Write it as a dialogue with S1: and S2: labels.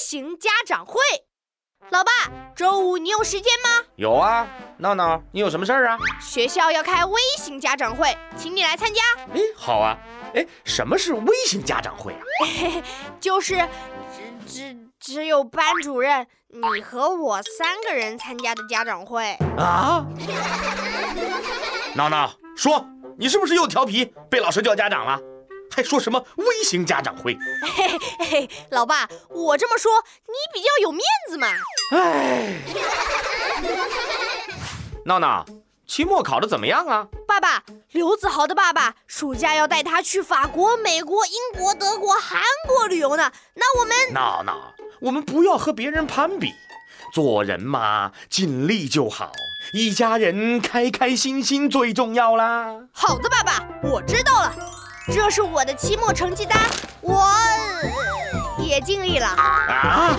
S1: 行家长会。老爸，周五你有时间吗？
S2: 有啊，闹闹，你有什么事儿啊？
S1: 学校要开微型家长会，请你来参加。
S2: 哎，好啊。哎，什么是微型家长会啊？
S1: 就是只只只有班主任、你和我三个人参加的家长会。
S2: 啊！ 闹闹，说你是不是又调皮，被老师叫家长了？还说什么微型家长会？
S1: 嘿嘿，老爸，我这么说你比较有面子嘛。
S2: 哎，闹闹，期末考的怎么样啊？
S1: 爸爸，刘子豪的爸爸暑假要带他去法国、美国、英国、德国、韩国旅游呢。那我们
S2: 闹闹，我们不要和别人攀比，做人嘛，尽力就好，一家人开开心心最重要啦。
S1: 好的，爸爸，我知道了。这是我的期末成绩单，我呃也尽力了。
S2: 啊！